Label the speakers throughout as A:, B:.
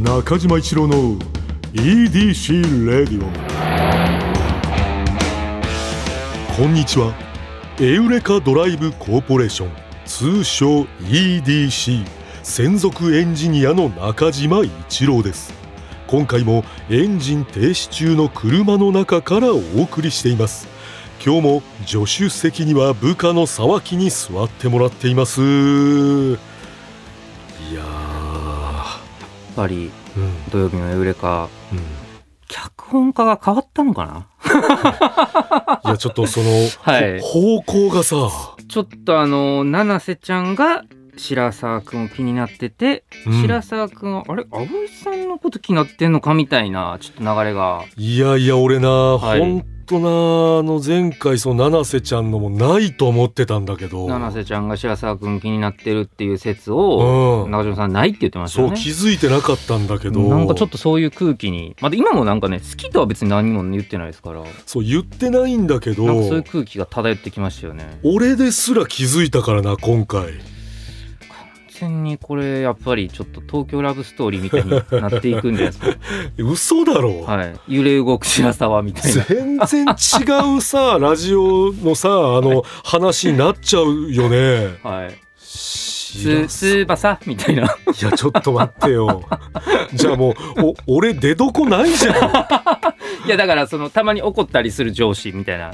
A: 中島一郎の EDC レディオこんにちはエウレカドライブコーポレーション通称 EDC 専属エンジニアの中島一郎です今回もエンジン停止中の車の中からお送りしています今日も助手席には部下の沢木に座ってもらっていますいやー
B: やっぱり
A: うん
B: 土曜日のエウレカ
A: うん
B: 脚本家が変わったのかない
A: やちょっとその、
B: はい
A: ほ方向がさ、
B: ちょっとあの七瀬ちゃんが白沢くんを気になってて、
A: うん
B: 白沢くんはあれ葵さんのこと気になってんのかみたいなちょっと流れが
A: いやいや俺な、
B: い
A: ほんとなあの前回その七瀬ちゃんのもないと思ってたんだけど
B: 七瀬ちゃんが白沢くん気になってるっていう説
A: う
B: を
A: ん、
B: 中島さんないって言ってました
A: そ
B: よ
A: う
B: ね
A: 気。づいてなかったんだけど
B: なんかちょっとそういう空気にまた今もなんかね好きとは別に何も言ってないですからなんか
A: そう言ってないんだけ
B: そうい
A: ど
B: う空気が漂ってきましたよね
A: 俺ですら気づいたからな今回
B: 完全にこれやっぱりちょっと東京ラブストーリーみ たいになっていくんじゃないですか
A: 嘘だろ、
B: はい、揺れ動く白沢みたいな。
A: 全然違う さラジオのさあの話になっちゃうよね
B: はい、
A: 知
B: す、
A: らさ
B: すばさみたいな。
A: いやちょっと待ってよ じゃあもうお俺出どこないじゃん
B: いや、だから、その、たまに怒ったりする上司み たいな。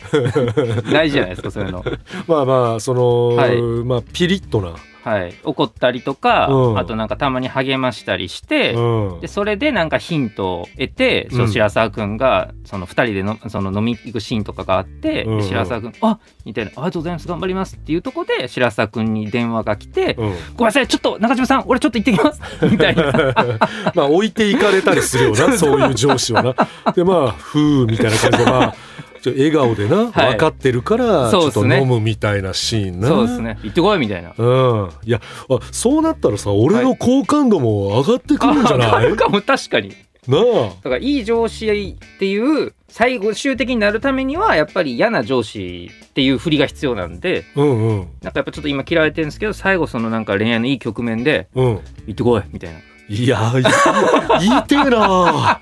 B: 大事じゃないですか、そういうの。
A: まあまあその、
B: はい
A: まあピリッとな、
B: はい、怒ったりとか、
A: うん
B: あと、なんか、たまに励ましたりして。
A: うん
B: で、それで、なんか、ヒントを得て、そううん白沢くんが、その、二人での、その、飲み行くシーンとかがあって。
A: うん
B: で白沢くん、あ、みたいな、ありがとうございます、頑張りますっていうところで、白沢くんに電話が来て。
A: うん
B: ごめんなさい、ちょっと、中島さん、俺、ちょっと行ってきます。みたいな。
A: まあ置いていかれたりするよ なそういう上司はな。でまあ「ふう」みたいな感じでまあちょ笑顔でな、
B: はい
A: 分かってるからち
B: そう
A: ょ
B: っ
A: っと
B: すね
A: 飲むみたいなシーンな。
B: そうですね。行ってこいみたいな。
A: うん、いやあそうなったらさ俺の好感度も上がってくるんじゃない、
B: あるかも確かにだ
A: なあ
B: からいい上司っていう最後終的になるためにはやっぱり嫌な上司っていう振りが必要なんで
A: うんうん
B: なんかやっぱちょっと今嫌われてるんですけど最後そのなんか恋愛のいい局面で
A: うん
B: 「行ってこい」みたいない
A: やい言いてえな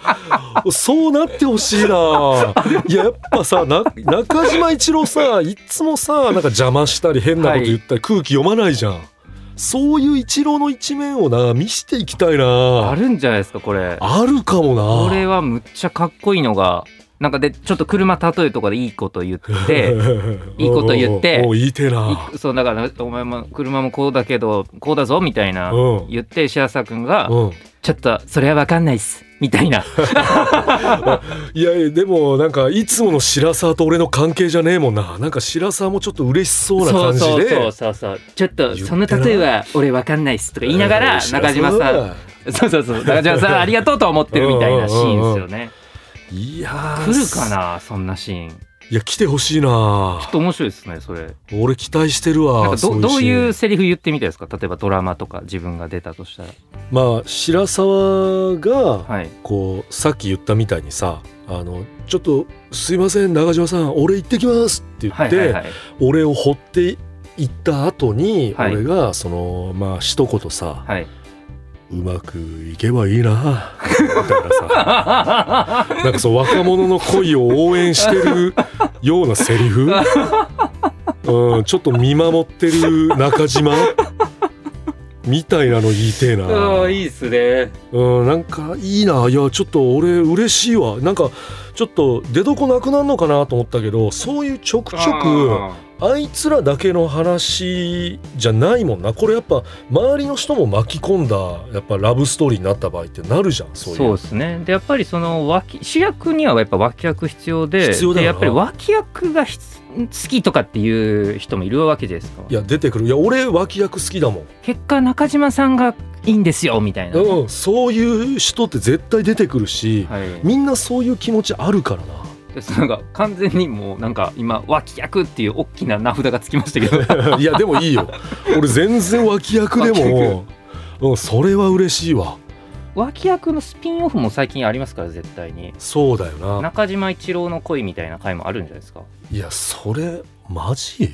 A: そうなってほしいないややっぱさな中島一郎さいっつもさなんか邪魔したり変なこと言ったり、空気読まないじゃんそういう一郎の一面をな見していきたいな
B: あ
A: ある
B: るんじゃないですかこれ
A: かもな
B: これはむっちゃかっこいいのがなんかでちょっと車例えとかでいいこと言って いいこと言って
A: もう言いてえない
B: そうだからお前も車もこうだけどこうだぞみたいな
A: うん
B: 言って白澤君が
A: うん
B: 「ちょっとそれは分かんないっす」みた いない
A: やいやでもなんかいつもの白沢と俺の関係じゃねえもんななんか白沢もちょっと嬉しそうな感じで
B: そうそうそうそうそうちょっとその例えは俺わかんないっすとか言いながら
A: えー
B: 中島 さん
A: 白
B: そうそうそう中島さんありがとうとは思ってるみたいなシーンですよね
A: 沢いやー
B: 来るかなそんなシーン
A: い
B: ちょ
A: や来てほしいな
B: っと面白いですねそれ
A: 俺期待してる
B: なん
A: わ
B: か
A: そ
B: どどう
A: シーン
B: いうセリフ言ってみたいですか例えばドラマとか自分が出たとしたら
A: まあ白沢が
B: はい
A: こうさっき言ったみたいにさあのちょっとすいません中島さん俺行ってきますって言って、
B: はいはいはい
A: 俺を掘って行った後に、
B: はい
A: 俺がそのまあ一言さ、
B: はい
A: うまくいけばいいなみたいなさなんかそう若者の恋を応援してるようなセリフ、 うん、ちょっと見守ってる中島みたいなの言いてえな、
B: うんいいっすね
A: うん、なんかいいないやちょっと俺嬉しいわなんかちょっと出どこなくなるのかなと思ったけどそういうちょくちょく
B: あ
A: あいつらだけの話じゃないもんなこれやっぱ周りの人も巻き込んだやっぱラブストーリーになった場合ってなるじゃん
B: ー
A: そう
B: そ
A: いう
B: ですねでやっぱりその脇主役にはやっぱ脇役必要で
A: 必要だよ
B: でや
A: な
B: っぱり脇役がひつ好きとかっていう人もいるわけですか
A: いや出てくるいや俺脇役好きだもん、
B: 結果中島さんがいいんですよみたいな、
A: うん、そういう人って絶対出てくるし、
B: はい
A: みんなそういう気持ちあるからな
B: でなんか完全にもうなんか今脇役っていう大きな名札がつきましたけ ど
A: いやでもいいよ俺全然脇役でも
B: 脇
A: うん、それは嬉しいわ
B: 脇役のスピンオフも最近ありますから絶対に
A: そうだよな
B: 中島一郎の恋みたいな回もあるんじゃないですか
A: いやそれマジ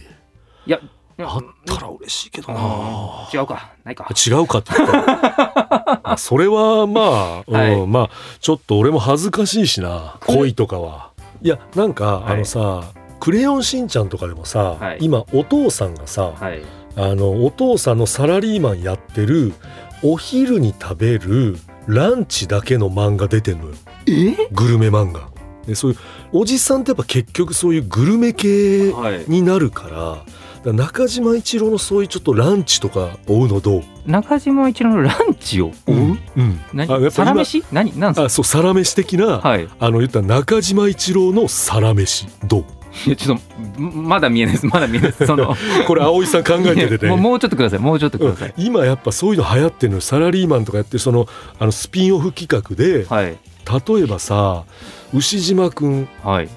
B: いや
A: あったら嬉しいけどな
B: あー違うかないか
A: 違うかって言った あそれはまあ、うん
B: はい
A: まあちょっと俺も恥ずかしいしな
B: これ
A: 恋とかはいやなんか、
B: はい
A: あのさ「クレヨンしんちゃん」とかでもさ、
B: はい
A: 今お父さんがさ、
B: はい
A: あのお父さんのサラリーマンやってるお昼に食べるランチだけの漫画出てんのよ
B: え
A: グルメ漫画でそういうおじさんってやっぱ結局そういうグルメ系
B: はい
A: になるからだから中島一郎のそういうちょっとランチとか追うのどう
B: 中島一郎のランチを追う、
A: うん、
B: 何
A: あやっぱ今
B: サラメシ何なんす
A: あそうサラメシ的な、
B: かはいい
A: あの言ったら中島一郎のサラメシどう
B: やちょっとんまだ見えないですまだ見えないです その
A: これ葵さん考えてて
B: いや
A: ね
B: もうもうちょっとくださいもうちょっとく
A: う
B: だ
A: ん
B: さい、
A: 今やっぱそういうの流行ってるのよサラリーマンとかやってるそのあのスピンオフ企画で、
B: はい
A: 例えばさ牛島くん
B: はい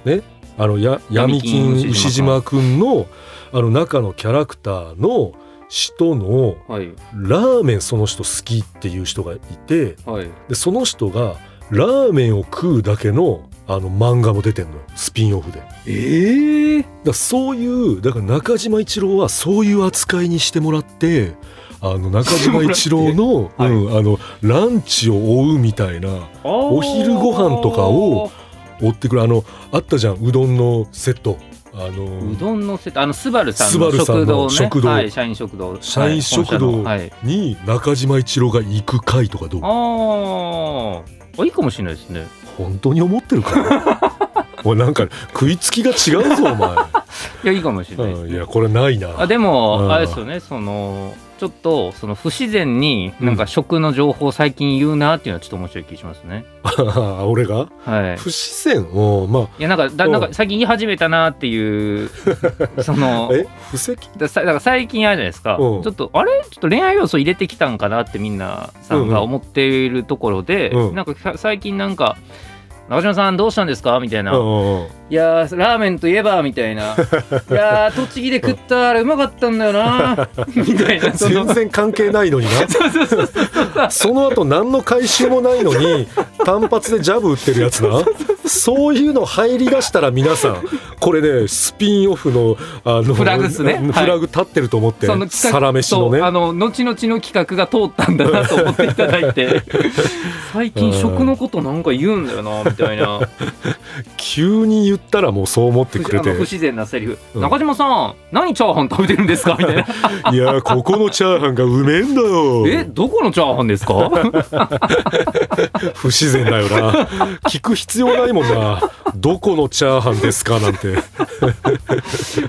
A: あのや闇
B: 闇
A: 金
B: 金
A: 牛
B: 牛
A: 島
B: 島
A: くんのあの中のキャラクターの人の
B: はい
A: ラーメンその人好きっていう人がいて
B: はい
A: でその人がラーメンを食うだけのあの漫画も出てんのよスピンオフで。だか
B: ええ、
A: らそういうだから中島一郎はそういう扱いにしてもらってあの中島一郎の
B: はい
A: うん、あのランチを追うみたいな。お昼ご飯とかを追ってくるあのあったじゃんうどんのセットあ
B: う
A: の
B: どんのセットあのスバルさん
A: スバ
B: の
A: ルさんの
B: 食堂ね
A: 食堂
B: はい、社員食堂
A: 社員食堂
B: はい本社
A: に中島一郎が行く回とかどう
B: のはい、あーあいいかもしれないですね
A: 本当に思ってるか お前なんか食いつきが違うぞ お
B: いやいいかもしれな
A: 前
B: いで、す、
A: うん、
B: ね
A: いやこれないな
B: あでも、
A: うん
B: あれですよねそのちょっとその不自然になんか食の情報を最近言うなっていうのはちょっと面白い気しますね、
A: 俺が
B: はい
A: 不自然をま
B: いやなんかだ
A: うん
B: なんか最近言い始めたなっていう そ
A: あ
B: の
A: え不石
B: ださだから最近あるじゃないですか、
A: うん
B: ちょっとあれちょっと恋愛要素入れてきたんかなってみんなさんが思っているところで、
A: うん
B: なんかさ最近なんか「中島さんどうしたんですか?」みたいな
A: う
B: 「
A: んうんうん
B: いやーラーメンといえば」みたい な「いやー栃木で食ったあれうまかったんだよな」みたいな そ
A: 全
B: の
A: 然関係ないのになその後何の回収もないのに単発でジャブ打ってるやつなそういうの入りだしたら皆さんこれねスピンオフのあの
B: フラグっすねはい
A: フラグ立ってると思って
B: その企画
A: サラメシのね
B: そうあの後々の企画が通ったんだなと思っていただ いて最近食のことなんか言うんだよなみたいな
A: 急に言ったらもうそう思ってくれ
B: あの不
A: て
B: 自然なセリフ「
A: うん
B: 中島さん何チャーハン食べてるんですか?」みたいな「
A: いやここのチャーハンが うめえんだよ
B: えどこのチャーハンで すか?
A: 不自然だよな聞く必要ないもんなどこのチャーハンですかなんて」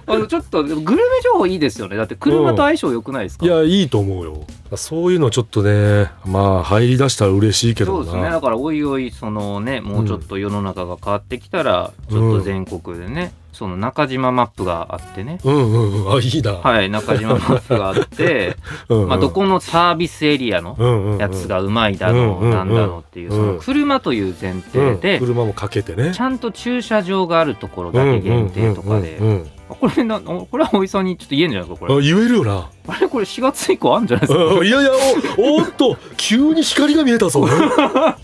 B: あのちょっとグルメ情報いいですよねだって車と相性良くないですか、
A: いやいいと思うよそういうのちょっとねまあ入り出したら嬉しいけ
B: そ
A: ど
B: う
A: な
B: ですねだからおいおいそのねもうちょっと世の中が変わってきたら、ちょっと全国でねその中島マップがあってね
A: うんうんうんあいいな、
B: はい中島マップがあって、
A: うんうん
B: まあ、どこのサービスエリアの
A: うんうんうん
B: やつがうまいだ
A: う
B: の、
A: んうんうん
B: なんだのっていうその車という前
A: う
B: 提
A: ん
B: で、
A: 車もかけてね
B: ちゃんと駐車場があるところだけ限定とかで、
A: うんうんうん
B: あこれなあこれはおじさんにちょっと言えんじゃないですか
A: うん
B: こ
A: あ
B: れ
A: 言えるよな
B: あれこれ4月以降あるんじゃないですか
A: うんいやいやおおっと急に光が見えた ぞ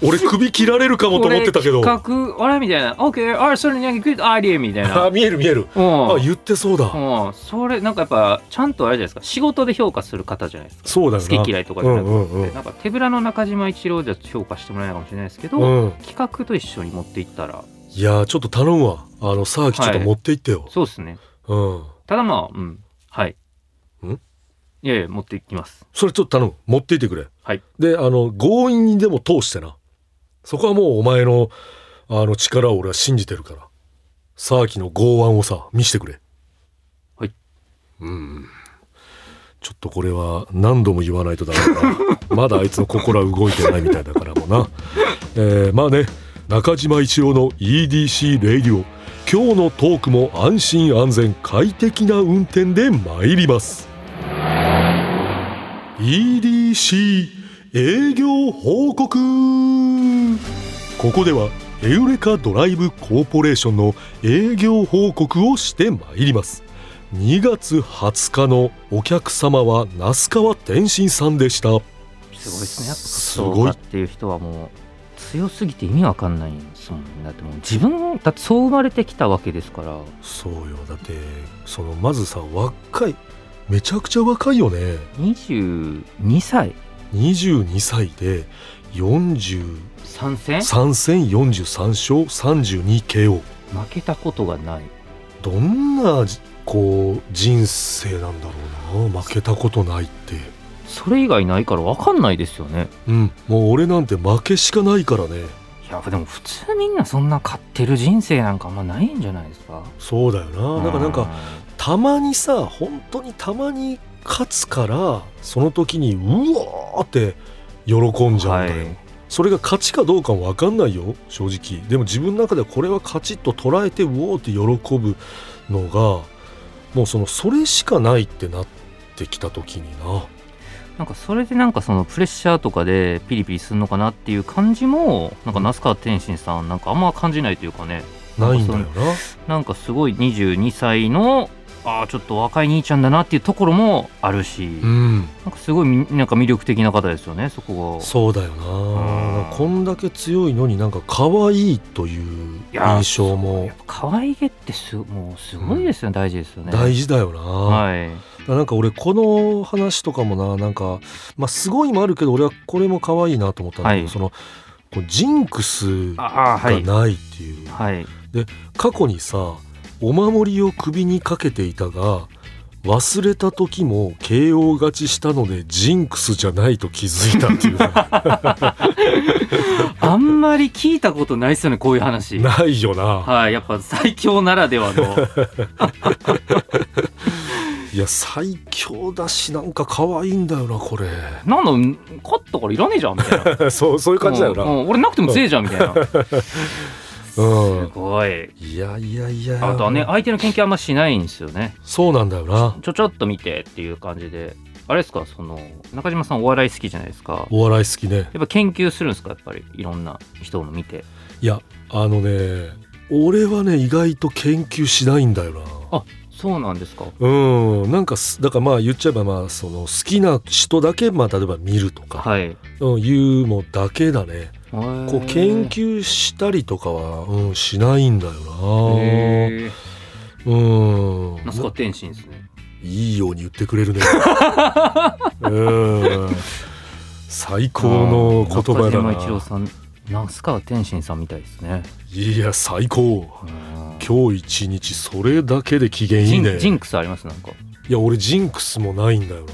A: 俺首切られるかもと思ってたけど
B: これ企画あれみたいな OK あれそれに good idea みたいな
A: あ見える見える
B: うん
A: あ言ってそうだ
B: うんそれなんかやっぱちゃんとあれじゃないですか仕事で評価する方じゃないですか
A: そうだよな
B: 好き嫌いとかじゃなくて、
A: うんうんうん
B: なんか手ぶらの中島一郎じゃ評価してもらえないかもしれないですけど、
A: うん
B: 企画と一緒に持っていったら
A: いやちょっと頼むわあのサーキちょっと持って行ってよ、
B: そうですね
A: うん
B: ただまあうんはい
A: ん
B: いやいや持っていきます
A: それちょっと頼む持っていてくれ、
B: はい
A: であの強引にでも通してなそこはもうお前のあの力を俺は信じてるからサーキの剛腕をさ見せてくれ
B: はい
A: うんちょっとこれは何度も言わないとダメだな まだあいつの心は動いてないみたいだからもうな、えーまあね中島一郎の EDC レイディオ今日のトークも安心安全快適な運転で参ります EDC 営業報告ここではエウレカドライブコーポレーションの営業報告をしてまいります2月20日のお客様は那須川天心さんでした
B: すごいですねやっぱ
A: す
B: そう
A: ご
B: か
A: い
B: っていう人はもう強すぎて意味わかんないんですもんねだってもう自分だってそう生まれてきたわけですから
A: そうよだってそのまずさ若いめちゃくちゃ若いよね
B: 22歳
A: 22歳で43
B: 参戦
A: 戦43勝 32KO
B: 負けたことがない
A: どんなじこう人生なんだろうな負けたことないって
B: それ以外ないから分かんないですよね
A: うんもう俺なんて負けしかないからね
B: いやでも普通みんなそんな勝ってる人生なんかあんまないんじゃないですか
A: そうだよななんかなんか
B: う
A: たまにさ本当にたまに勝つからその時にうおーって喜んじゃうんだよ、
B: はい
A: それが勝ちかどうかも分かんないよ正直でも自分の中ではこれは勝ちと捉えてうおーって喜ぶのがもうそのそれしかないってなってきた時にな
B: なんかそれでなんかそのプレッシャーとかでピリピリするのかなっていう感じもなんか那須川天心さんなんかあんま感じないというかね
A: ないんだよな
B: なんかすごい22歳のあーちょっと若い兄ちゃんだなっていうところもあるし、
A: うん
B: なんかすごいみなんか魅力的な方ですよねそこが
A: そうだよなこんだけ強いのになんか可愛いという
B: いや
A: 印象も
B: やっぱ可愛げってすもうすごいですよね、大事ですよね
A: 大事だよな、
B: はい
A: だからなんか俺この話とかもななんか、まあ、すごいもあるけど俺はこれも可愛いなと思ったんだけど、
B: はい
A: そのこうジンクスが
B: ああはい
A: ないっていう、
B: はい
A: 過去にさお守りを首にかけていたが忘れた時も KO 勝ちしたのでジンクスじゃないと気づいたっていう
B: あんまり聞いたことないですよねこういう話
A: ないよな
B: はいやっぱ最強なら ではの
A: いや最強だしなんか可愛いんだよなこれ
B: なんだ勝ったからいらねえじゃんみたいな
A: そうそういう感じだよ
B: うん
A: な
B: うん俺なくても強えじゃんみたい
A: う
B: な、
A: ん
B: すごい
A: いやいやいや
B: あとはね相手の研究あんましないんですよね
A: そうなんだよな
B: ちょちょっと見てっていう感じであれですかその中島さんお笑い好きじゃないですか
A: お笑い好きね
B: やっぱ研究するんですかやっぱりいろんな人の見て
A: いやあのね俺はね意外と研究しないんだよな
B: あそうなんですか
A: うんなんかすだからまあ言っちゃえばまあその好きな人だけまあ例えば見るとか、
B: はい
A: うん、いうのだけだねこ
B: こ
A: う研究したりとかは、うん、しないんだよな
B: へえ
A: うん
B: 那須川天心ですね
A: いいように言ってくれる ねうん最高の言葉だ
B: 中島
A: な
B: 一郎さん那須川天心さんみたいですね
A: いや最高
B: うん
A: 今日一日それだけで機嫌い
B: ジ
A: い
B: ン
A: ね
B: ジンクスありますなんか
A: いや俺ジンクスもないんだよ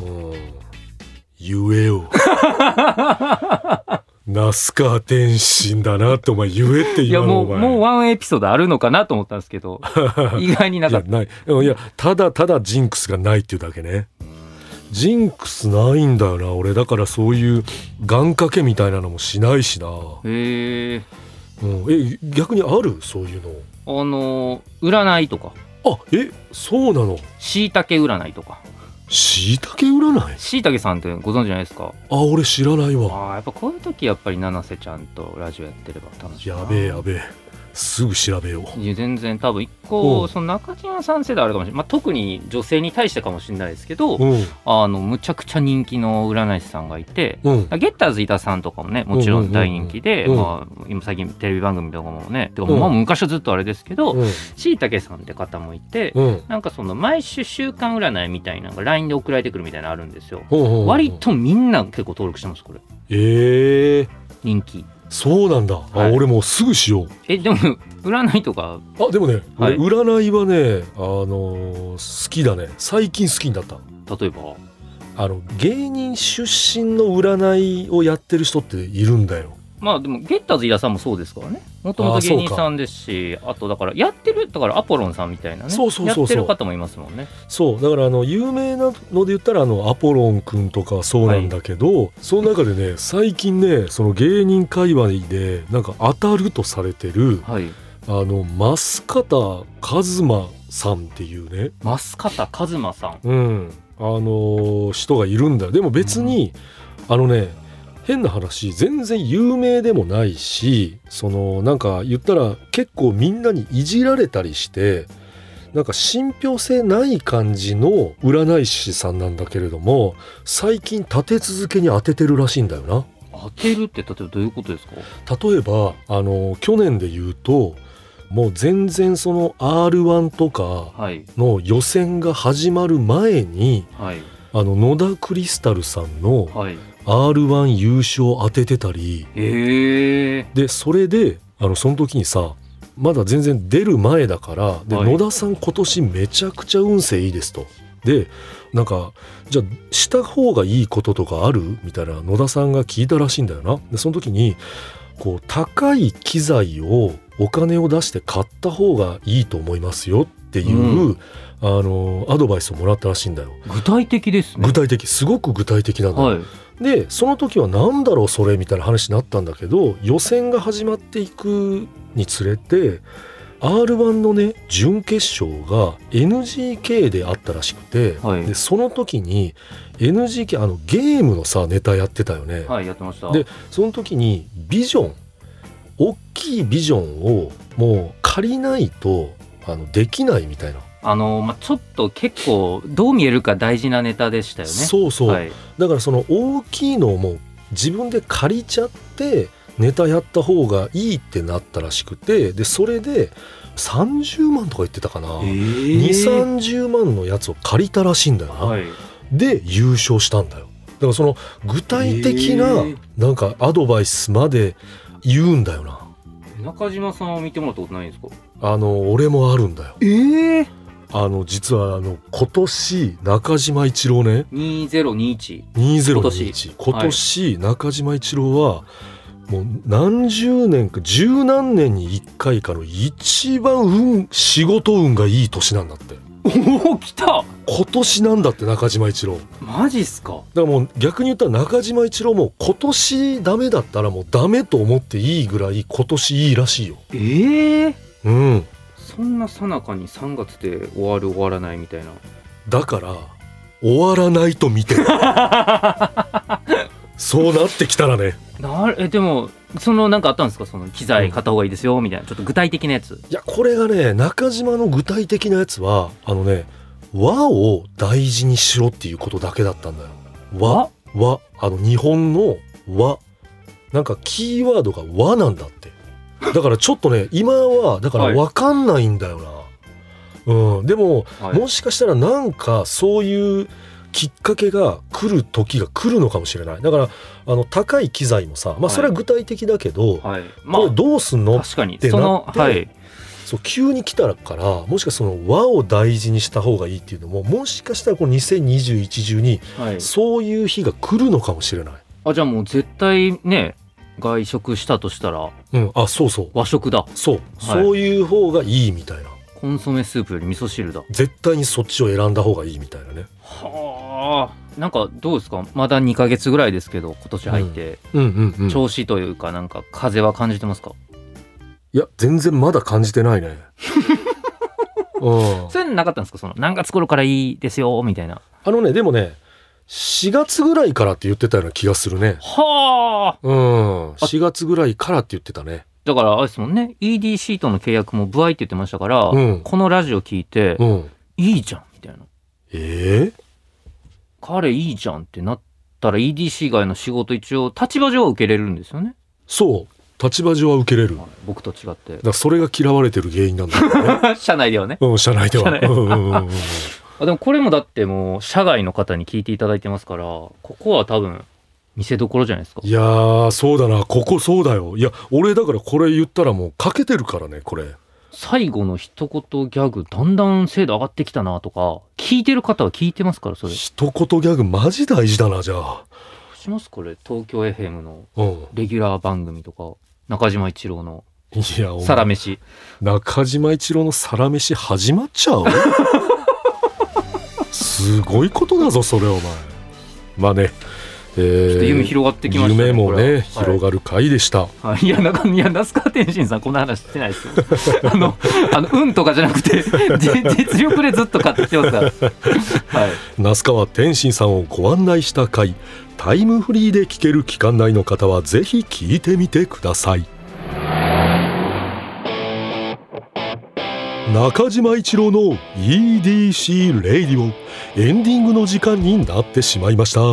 A: なうん言え よナスカ天心だなってお前言えって
B: い
A: 言
B: や
A: うの
B: も
A: お
B: う
A: 前
B: もうワンエピソードあるのかなと思ったんです けど意外にないか
A: や
B: った
A: ないうんいやただただジンクスがないっていうだけねジンクスないんだよな俺だからそういう願掛けみたいなのもしないしな、う
B: へえ
A: ん、え逆にあるそういう
B: あのー占いとか
A: のあえそうなの
B: しいたけ占いとか
A: しいたけ占い
B: しいたけさんってご存知ないですか
A: あ俺知らないわ
B: ああやっぱこの時やっぱり七瀬ちゃんとラジオやってれば楽しいな
A: やべえやべえすぐ調べよう
B: いや全然多分一
A: う
B: 個
A: ん
B: その中島さん世代あるかもしれない、まあ、特に女性に対してかもしれないですけど
A: うん
B: あのむちゃくちゃ人気の占い師さんがいて
A: うん
B: ゲッターズ伊田さんとかもねもちろん大人気で、
A: うんうんうん
B: まあ、今最近テレビ番組とかもねてか
A: うん
B: まあ昔はずっとあれですけど
A: うん
B: しいたけさんって方もいて
A: うん
B: なんかその毎週週間占いみたいなのが LINE で送られてくるみたいなのあるんですよ
A: ほうほうほう
B: 割とみんな結構登録してますこれ
A: ええ
B: 人気
A: そうなんだ、
B: は
A: あ
B: い
A: 俺もうすぐしよう
B: えでも 占いとか
A: あでもね、
B: はい
A: 俺占いはねあのー好きだね最近好きになった
B: 例えば
A: あの芸人出身の占いをやってる人っているんだよ
B: まあでもゲッターズ伊田さんもそうですからねもともと芸人さんですしあとだからやってるだからアポロンさんみたいなね
A: そうそうそうそう
B: やってる方もいますもんね
A: そうだからあの有名なので言ったらあのアポロン君とかはそうなんだけど、その中でね最近ねその芸人界隈でなんか当たるとされてる
B: はい
A: あの増方一馬さんっていうね
B: 増方一馬さん
A: うん、あのー人がいるんだよでも別に、あのね変な話全然有名でもないしそのなんか言ったら結構みんなにいじられたりしてなんか信憑性ない感じの占い師さんなんだけれども最近立て続けに当ててるらしいんだよな。
B: 当てるって例えばどういうことですか
A: 例えばあの去年で言うともう全然その r 1とか
B: はい
A: の予選が始まる前に
B: はい
A: あの野田クリスタルさんの
B: はい
A: r 1優勝当ててたり
B: ええ
A: でそれであのその時にさまだ全然出る前だからで、
B: はい
A: 野田さん今年めちゃくちゃ運勢いいですと。でなんかじゃあした方がいいこととかあるみたいな野田さんが聞いたらしいんだよな。でその時にこう高い機材をお金を出して買った方がいいと思いますよっていう、
B: う
A: あのアドバイスをもらったらしいんだよ。
B: 具体的ですね
A: 具体的すごく具体的なんだよ
B: はい
A: でその時は何だろうそれみたいな話になったんだけど予選が始まっていくにつれて r 1のね準決勝が NGK であったらしくて、
B: はい
A: でその時に NGK あのゲームのさネタやってたよね、
B: はいやってました
A: でその時にビジョン大きいビジョンをもう借りないとあのできないみたいな、
B: あの、まあ、ちょっと結構どう見えるか大事なネタでしたよね
A: そうそう、
B: はい、
A: だからその大きいのをもう自分で借りちゃってネタやった方がいいってなったらしくてでそれで30万とか言ってたかな、
B: ええ
A: 2 3 0万のやつを借りたらしいんだよな、
B: はい
A: で優勝したんだよだからその具体的
B: え
A: な
B: ー
A: なんかアドバイスまで言うんだよな
B: 中島さんを見てもらったことないんですか
A: あの俺もあるんだよ
B: ええ
A: あの実はあの今年中島一郎ね
B: 2021
A: 2021今年中島一郎はもう何十年か十何年に一回かの一番運仕事運がいい年なんだって
B: おお来た
A: 今年なんだって中島一郎だか
B: マジっすから
A: もう逆に言ったら中島一郎も今年ダメだったらもうダメと思っていいぐらい今年いいらしいよ
B: ええ
A: うん
B: そんなさなかに3月で終わる終わらないみたいな
A: だから終わらないと見て るそうなってきたらね
B: なえでもそのなんかあったんですかその機材買った方がいいですよみたいなちょっと具体的なやつ
A: いやこれがね中島の具体的なやつはあのね和を大事にしろっていうことだけだったんだよ和和あの日本の和なんかキーワードが和なんだってだからちょっとね今はだから
B: はい
A: 分かんないんだよな、うんでも、
B: はい
A: もしかしたらなんかそういうきっかけが来る時が来るのかもしれないだからあの高い機材もさまあそれは具体的だけど、
B: はいま
A: これ
B: あ
A: どうすんの
B: 確かに
A: て
B: その
A: なって
B: はい
A: そう急に来たからもしかその和を大事にした方がいいっていうのももしかしたらこの2021中に
B: はい
A: そういう日が来るのかもしれない。
B: あじゃあもう絶対ね外食したとしたら
A: うん、あそうそう
B: 和食だ
A: そう、そういう方がいいみたいな
B: コンソメスープより味噌汁だ
A: 絶対にそっちを選んだ方がいいみたいなね。
B: はあなんかどうですかまだ2ヶ月ぐらいですけど今年入って、
A: うんうんうん、
B: 調子というかなんか風は感じてますか
A: いや全然まだ感じてないね。 うん、
B: そういうのなかったんですかその何月頃からいいですよみたいな
A: あのねでもね4月ぐらいからって言ってたような気がするね。
B: はあ
A: うん、4月ぐらいからって言ってたね。
B: だからあれですもんね EDC との契約も不合って言ってましたから、
A: うん
B: このラジオ聞いて、
A: うん、
B: いいじゃんみたいな
A: え
B: 彼いいじゃんってなったら EDC 以外の仕事一応立場上は受けれるんですよね
A: ー、そう立場上は受けれる。
B: 僕と違っ
A: だか
B: て
A: らそれが嫌われてる原因なんだよね。
B: 社内ではね
A: うん、 社内では。
B: 社内
A: うんうんうんうん
B: あでもこれもだってもう社外の方に聞いていただいてますからここは多分見せどころじゃないですか
A: いやー、そうだな、ここそうだよ。いや、俺だからこれ言ったらもう欠けてるからね、これ。
B: 最後の一言ギャグだんだん精度上がってきたなとか聞いてる方は聞いてますからそれし
A: 一言ギャグマジ大事だな、じゃあ。
B: ますこれ東京 FM の
A: うん。
B: レギュラー番組とか中島一郎の
A: いや、お前
B: サラメシ
A: 中島一郎のサラメシ始まっちゃう すごいことだぞ、それ、お前。まあね、え
B: ちょっ
A: ー
B: と夢広がってきましたね
A: 夢もね、
B: これは
A: 広がる回でした。
B: はいはいいや、中いや、那須川天心さん、こんな話してないですよ。 あの、あの、運とかじゃなくて、じ実力でずっと買ってき てますから。はい。
A: 那須川天心さんをご案内した回タイムフリーで聞ける期間内の方はぜひ聞いてみてください中島一郎の EDC レイディオエンディングの時間になってしまいましたい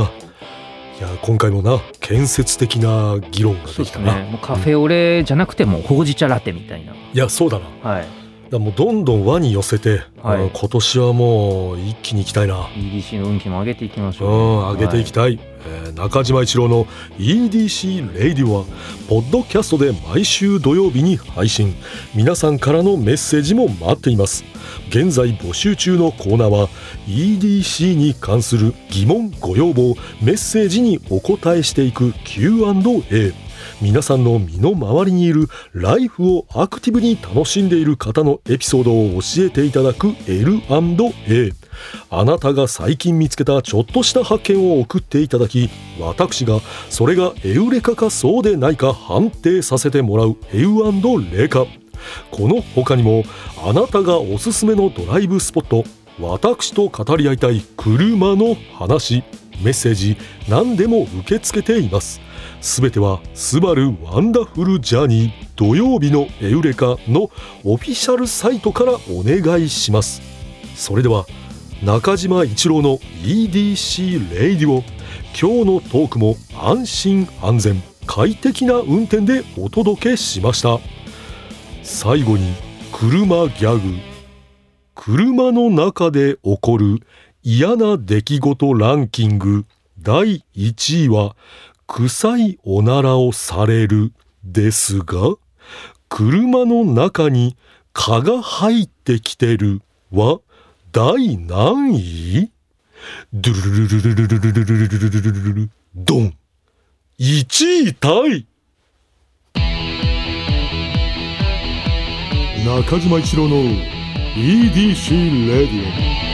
A: や今回もな建設的な議論がで
B: そ
A: き
B: うです
A: たな、
B: ねもうカフェオレじゃなくてもほうじ茶ラテみたいない
A: やそうだなだか
B: はい
A: らもうどんどん輪に寄せて、
B: はい
A: あの今年はもう一気に行きたいな
B: EDC の運気も上げていきまし
A: う
B: ょ
A: ん
B: う、
A: 上げていきたい、えー中島一郎の EDC レイディオはポッドキャストで毎週土曜日に配信皆さんからのメッセージも待っています現在募集中のコーナーは EDC に関する疑問ご要望メッセージにお答えしていく Q&A 皆さんの身の回りにいるライフをアクティブに楽しんでいる方のエピソードを教えていただく L&A あなたが最近見つけたちょっとした発見を送っていただき私がそれがエウレカかそうでないか判定させてもらうエウレカこの他にもあなたがおすすめのドライブスポット私と語り合いたい車の話メッセージ何でも受け付けていますすべては「スバルワンダフルジャーニー土曜日のエウレカ」のオフィシャルサイトからお願いしますそれでは中島一郎の EDC レイディオ今日のトークも安心安全快適な運転でお届けしました最後に車ギャグ車の中で起こる嫌な出来事ランキング第1位は臭いおならをされるですが車の中に蚊が入ってきてるは第何位ドゥルルルルルルルルルルルルルルルルドン1位タイ中島一郎の EDC レディオ